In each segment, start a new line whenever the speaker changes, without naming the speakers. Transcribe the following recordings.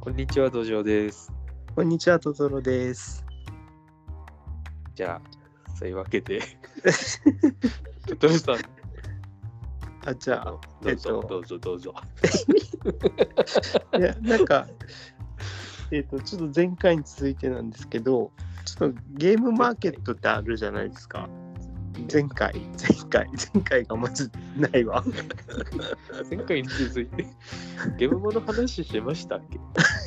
こんにちは、土壌です。
こんにちは、トトロです。
じゃあ、そういうわけ で。どうした
あ、じゃあ、
どうぞ
えっと、
どうぞ、どうぞ。
いや、なんか、 えっと、ちょっと前回に続いてなんですけど、ちょっとゲームマーケットってあるじゃないですか。前回、前回、前回がまずないわ。
前回に続いて、ゲームモの話しましたっけ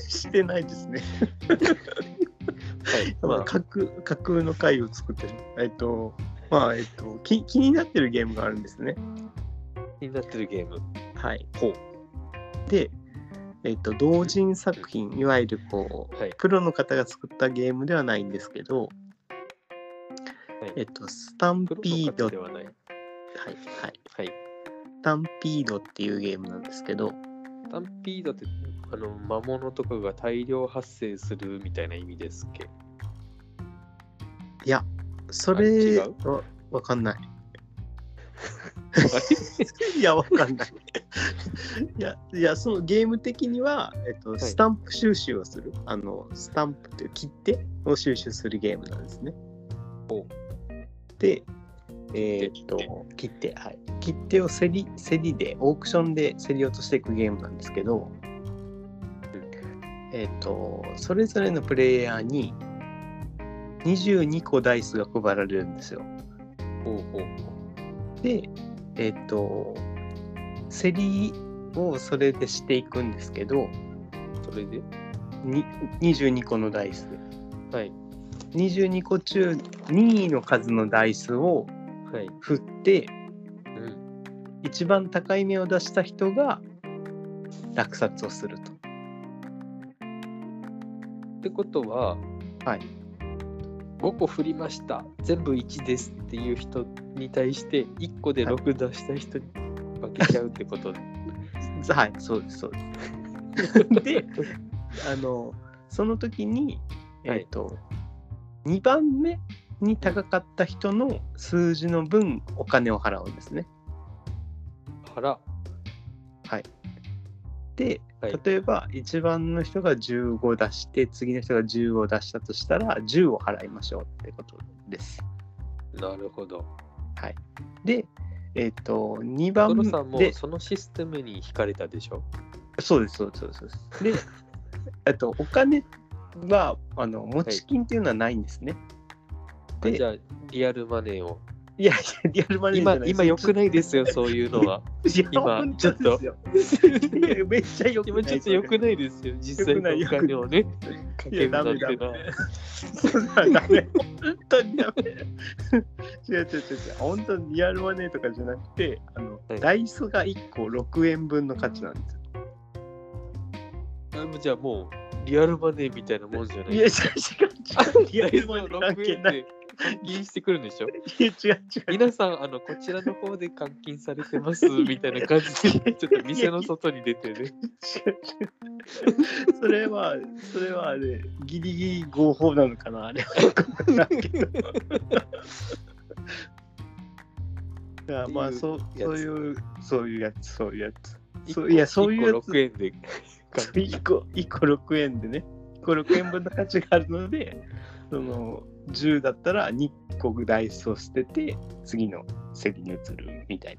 してないですね。
はい。
まあ、
ま
架空架空の回を作ってる。えっと、まあ、えっと、気気になってるゲームがあるんですね。
あ、気になってるゲーム。
はい。
ほう。
で、えっと、同人作品、いわゆるこう、
はい。
プロの方が作ったゲームではないんですけど、えっと、スタン
プロ
ピー
の
ド、
方
は
では
い
ない。
はい、
はい。
スタンピードっていうゲームなんですけど、
タンピードって、あの、魔物とかが大量発生するみたいな意味ですっ け
いや、そ
あ違
れ
う
はわかんな
あれ
い。いや、わかんない。いや、いや、そのゲーム的には、えっと、
い
スタンプ収集をする、あの、スタンプという切手を収集するゲームなんですね。で、えーっと、切手、はい。切手を競り、競りで、オークションで競り落としていくゲームなんですけど、えーっと、それぞれのプレイヤーに22個ダイスが配られるんですよ。
ほうほう。
で、えーっと、競りをそれでしていくんですけど、
それで
に22個のダイスで。
はい。
22個中2位の数のダイスを
はい。
振って、
うん。
一番高い目を出した人が落札をすると。
ってことは、
はい、
5個振りました全部1ですっていう人に対して1個で
はい
6出した人に負けちゃうって こと
はい、そうです、そうです。 で、あの、その時に、え
はい
っ、と、2番目に高かった人の数字の分お金を払うんですね。
腹
で、
はい
例えば一番の人が15出して、次の人が10を出したとしたら、10を払いましょうってことです。
なるほど
で、えっ、と、2
ト
番
ロさんも
で、
そのシステムに惹かれたでしょ
そうです、そうです、そうですそうです。 で、えっと、お金は、あの、持ち金っていうのはないんですね。
あ
で
じゃあリアルマネーを
い、やいや、リアルマネーじゃ
今
ない
今よく
ない
ないですよそういうの は今ちょっと
めっちゃよくな
今
い。
ちょっとよくないですよ実際のお金をねか
い
け
や、
るな
ダ
んて
メダメ
な。
そんなのダメ。本当にダメ。違う違う違う違う。本当にリアルマネーとかじゃなくて、あの、
はい
ダイスが1個6円分の価値なんですよ。
あじゃあもうリアルマネーみたいなもんじゃない
いや、違う違う違う。リアルマネー関係ない。
い換金してくるんでしょ
いや、違う違う。
皆さん、あの、こちらの方で監禁されてます みたいな感じで、ちょっと店の外に出てね。
違う違うそれは、それはあれ、ギリギリ合法なのかな、あれは。よくわかんないけど。だからまあ、そう、
っていう
そう
やつ
いう、そういうやつ、そういうやつ。 そういや、そういうやつ。
6円で
そう1個、1個6円でね、1個6円分の価値があるので、その、10だったら2個ダイスを捨てて、次の席に移るみたい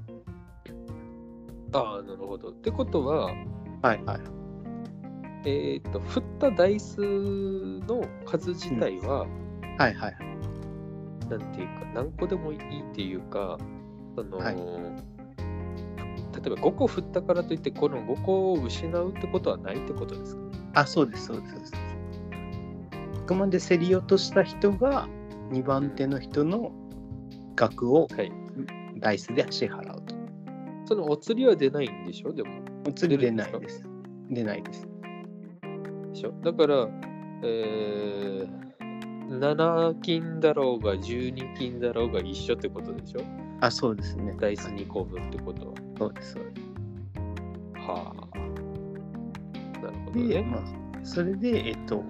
ああ、なるほど。ってことは、
な。はいはい。
えっと、振ったダイスの数自体は、
はいはい。
なんていうか、何個でもいいっていうか、その、
はい
例えば5個振ったからといって、この5個を失うってことはないってことですか
あ、そうです、そうです。そうですあくまで競り落とした人が2番手の人の額を
はい。
ダイスで支払うと。
そのお釣りは出ないんでしょでも。
お釣り出ない
出るん
で。
です
出ないです。
でしょだから、えー、7金だろうが12金だろうが一緒ってことでしょ
あ、そうですね。
ダイス2個分ってこと
そうです、そうで
は。はあ。なるほど
す。で、
ね。
まあ、それで、えっと、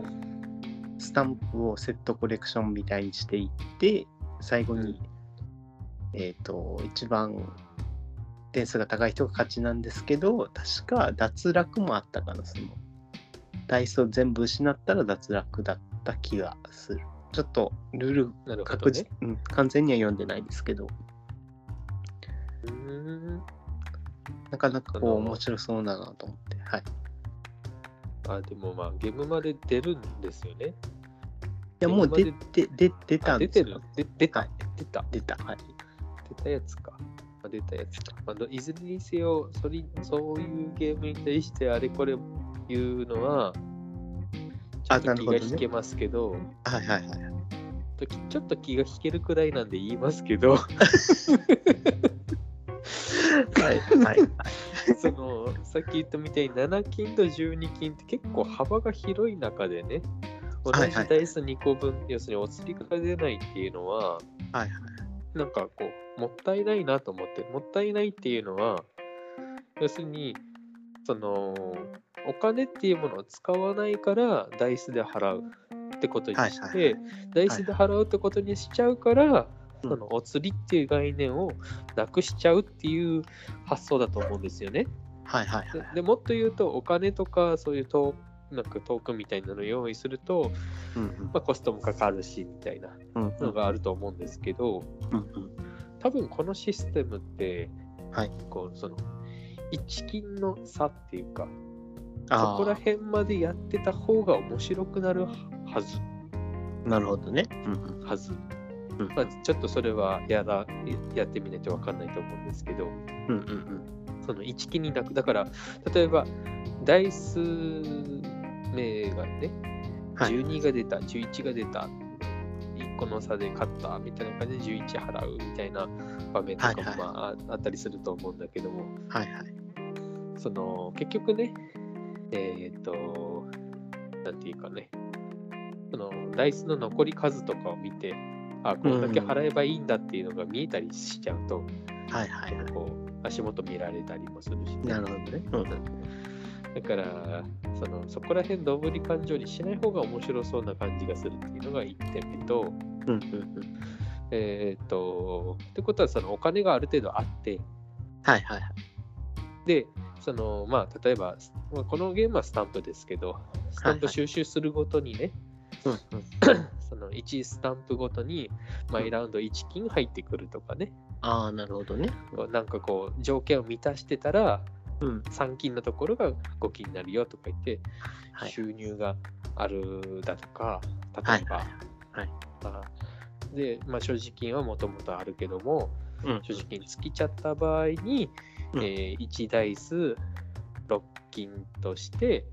スタンプをセットコレクションみたいにしていって、最後に、えっと、一番点数が高い人が勝ちなんですけど、確か脱落もあったかな、そのダイスを全部失ったら脱落だった気がする。ちょっとルール
なるほど
確
ね
実、。うん、完全には読んでないですけど、
うーん
なかなかこ
あ
う
の
面白そうだなと思って。はい。い
あでもまあゲームまで出るんですよね。
や、もう出
今
て、出出た
あ
ん
出
です
て
よ
るで出た、
はい
出た
出た。はい。
出たやつか。まあ出たやつか。まあ、どいずれにせよそれ、そういうゲームに対してあれこれ言うのは、ちょ
あ
っと
なる
気
ほど
が
ね
引けますけど、
はいはいはい。
ちょちょっと気が引けるくらいなんで言いますけ ど、
はいはいはい。
そのさっき言ったみたいに7金と12金って結構幅が広い中でね、同
はい
じダイス2個分、要するにお釣りが出ないっていうのは、
はいはい。
なんかこう、もったいないなと思って、もったいないっていうのは、要するに、その、お金っていうものを使わないから、ダイスで払うってことにして、
はいはい
ダイスで払うってことにしちゃうから、
うん
そのお釣りっていう概念をなくしちゃうっていう発想だと思うんですよね。
はいはいはい
で。でもっと言うと、お金とかそういうトーなんかトークンみたいなのを用意すると、
うん
まあ、コストもかかるしみたいな
うんうんう
の
ん
があると思うんですけど、
うん
多分このシステムって、
はい
こうその一金の差っていうかそ
あ
こら
あ
辺までやってた方が面白くなるははず
なるほどね。うんうん
はず、
うん
まあ、ちょっとそれはやらやってみないと分かんないと思うんですけど
うんうんうん
その一金になくだから例えばダイス名がね
はい
12が出た、11が出た、1個の差で勝ったみたいな感じで11払うみたいな場面とかも、
はいはい
まあ、あったりすると思うんだけども、
はいはい。
その結局ね、えっ、と、なんていうかね、そのダイスの残り数とかを見て、あ、こんだけ払えばいいんだっていうのが見えたりしちゃうと、
はいはいは
こう足元見られたりもするし、
い。なるほどね。うんうん
だからそのそこら辺どぶり感情にしない方が面白そうな感じがするっていうのが1点目と
うんうんうん。
えーっとってことはそのお金がある程度あって
はいはいはい。
でそのまあ例えばまあこのゲームはスタンプですけどスタンプ収集するごとにね、
うんうん。
その1スタンプごとに毎ラウンド1金入ってくるとかね、
ああ、なるほどね。
こうなんかこう条件を満たしてたら
うん。
3金のところが5金になるよとか言って
はい。
収入があるだとか、
はい
例えば、
はいはい
まあで、まあ、所持金はもともとあるけども、
うん
所持金尽きちゃった場合に、
うん
えー1ダイス6金として、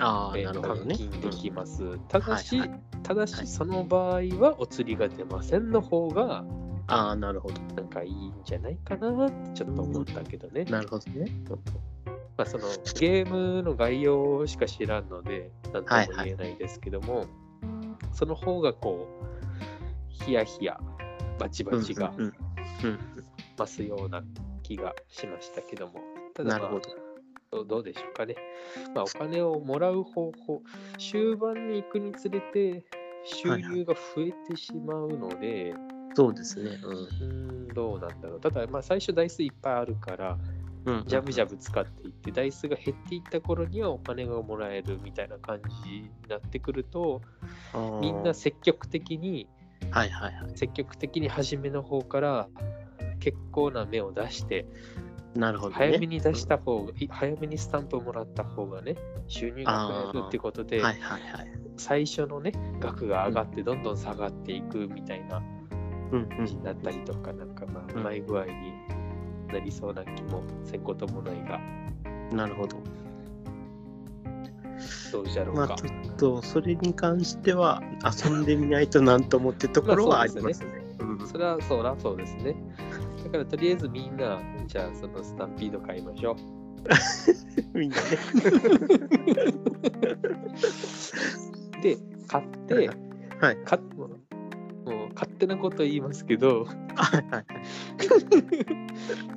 ああ、
えー
なるほどね。
換金できます。ただし、
はいは
ただし
はい
その場合はお釣りが出ませんの方が、
うんああ、なるほど。
なんかいいんじゃないかなってちょっと思ったけどね。
なるほどね。
まあ、そのゲームの概要しか知らんので何とも言えないですけども、その方がこうヒヤヒヤバチバチが
うんうんうんうん
増すような気がしましたけども、ただ、ま
な
あ、
るほ
ど
ど。
うどうでしょうかね、まあ、お金をもらう方法終盤に行くにつれて収入が増えてしまうので、
そうですね。うん
うーんどうなんだろうただまあ最初台数いっぱいあるから、
うん。
ジャブジャブ使っていって、ダイスが減っていった頃にはお金がもらえるみたいな感じになってくると、
あー
みんな積極的に、
はいはいは
積極的に初めの方から結構な目を出して、
い。なるほどね。
早めに出した方が、い早めにスタンプもらった方がね、収入が増えるってこと
うん。
で
は、いはいはい。
最初のね、額が上がってどんどん下がっていくみたいな、
うん
になったりとか、なんかまあ、うまい具合になりそうな気もせんこともないが、
うん。なるほど。
どうじゃろう
ま
か
あ、ち。ょっと、それに関しては、遊んでみないとなんと思ってところは
ま
あ
あ
り
そう
ま
ですす
ね。うん
それはそうらそうですね。だからとりあえずみんな、じゃあそのスタンピード買いましょう。
みんなね。
で、買って、
はい
かもうもう勝手なこと言いますけど、
はいはい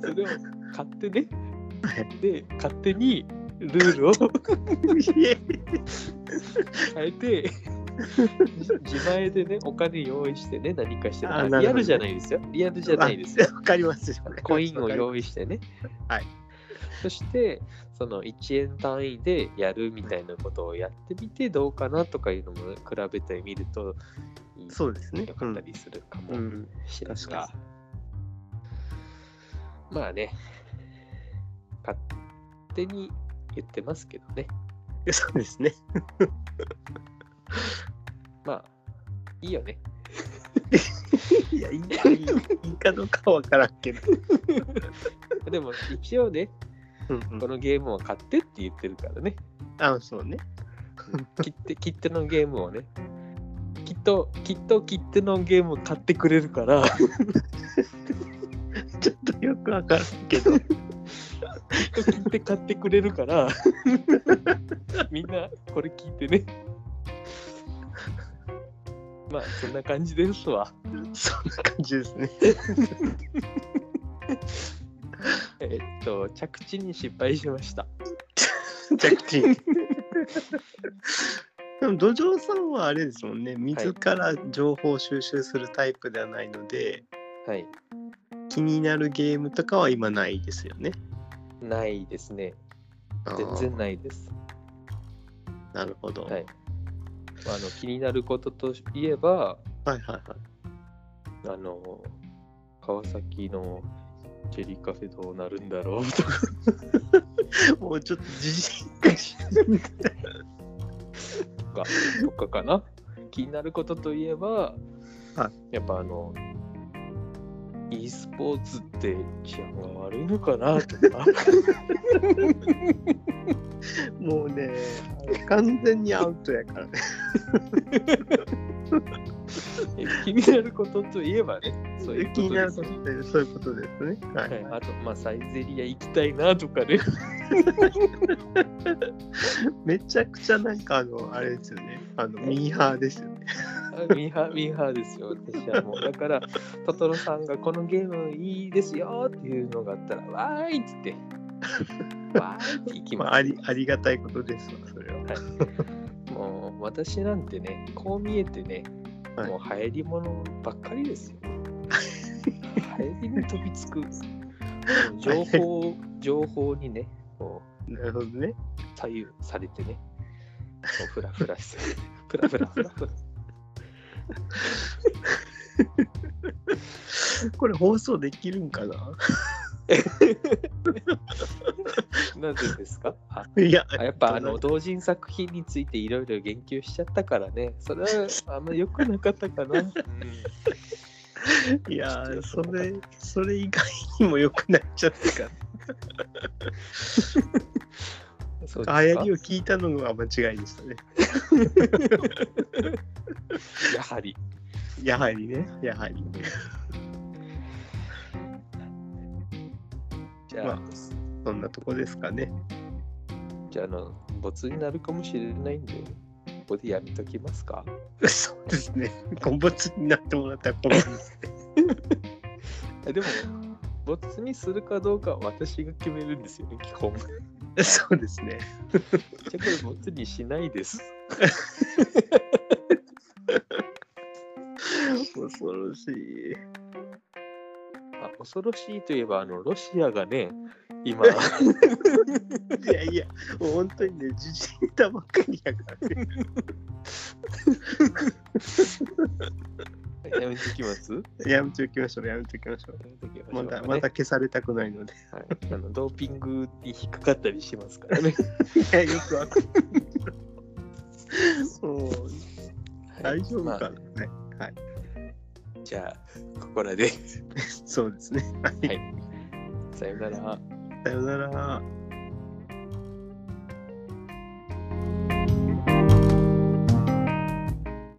それを買ってね
は、
で、勝手にルールを
いえ
変え て、自自前でね、お金用意してね、何かしてね、
あ
あ
なるほどね
リアルじゃないですよ。リアルじゃないですよ。
わかりますよ。
コインを
わかり
用意してね。
はい。
そしてその1円単位でやるみたいなことをやってみてどうかなとかいうのも比べてみるといい
そうですね
よかったりするか
う
も
ん、
しれない
確か
が、まあね勝手に言ってますけどね
に。そうですね。
まあいいよね
いや、いいいいいいかどうかわからんけど。
でも一応ね
うんう
こ
ん、
のゲームを買ってって言ってるからね
あ、そうね。
切手 切手のゲームをねきっときっと切手のゲームを買ってくれるから
ちょっとよくわからんけど。
聞いて買ってくれるから みんなこれ聞いてね まあそんな感じですわ
そんな感じですね。
えっと着地に失敗しました
着地。でも土壌さんはあれですもんね自ら情報収集するタイプではないので、
はい
気になるゲームとかは今ないですよね
ないですね全然ないです
あーなるほど、
はいまああの気になることといえば
はいはいはい
あの川崎のチェリーカフェどうなるんだろう とか
もうちょっと自信がし
かとかかな気になることといえば、
は
やっぱあの e スポーツって治安が悪いのかなと か
もうね完全にアウトやからね
気になることといえばね そういうこ
気
と
にな
で
る
す
こ
よ
とってそういうことですねはい、
はい、あと、まあ、サイゼリア行きたいなとかね。
めちゃくちゃなんかあのあれですよねあのミーハーですよね
あ ミーハー、ミーハーですよ、私はもう。だから、トトロさんがこのゲームいいですよっていうのがあったら、わーいっつって、 わーいって行き
ま
ます
あ、。ありありがたいことですわそれは
もう私なんてね、こう見えてね、
はい
もう流行りものばっかりですよ。流行りに飛びつく。もう情報、情報にね、こ
なるほどね
う左右されてね、もうフラフラして、フラフラフラフラ。
これ放送できるんかな
なぜですかあ
いや、
やっぱあの同人作品についていろいろ言及しちゃったからね、それは あんま良くなかったかな。うん
いやー、それ、それ以外にも良くなっちゃ ったか
そうです
ら。
か
流行りを聞いたのは間違いでしたね。
やはり。
やはりね、やはり。
じゃあ、
まあそんなとこですかね。
じゃあ、あの、没になるかもしれないんで、ここでやめときますか。
そうですね。ご没になってもらったら困る。
えでも、没にするかどうかは私が決めるんですよね、基本。じゃ
そうですね。
あ、これ没にしないです。
恐ろしい。
あ恐ろしいといえば、あの、ロシアがね、 今、
いやいや、もう本当にね、自信たばっかりやからね。
やめときますや
やめておきましょう、やめておきましょう。
めときましょうか
ま
ね
だ、まだ消されたくないので。
はい、あのドーピングに引っかかったりしますからね。
いや、よくわかんない。 もう、大丈夫
ま
かな、
あ
はい
じゃあ、ここらで。
そうですね。
さよなら。
さよなら。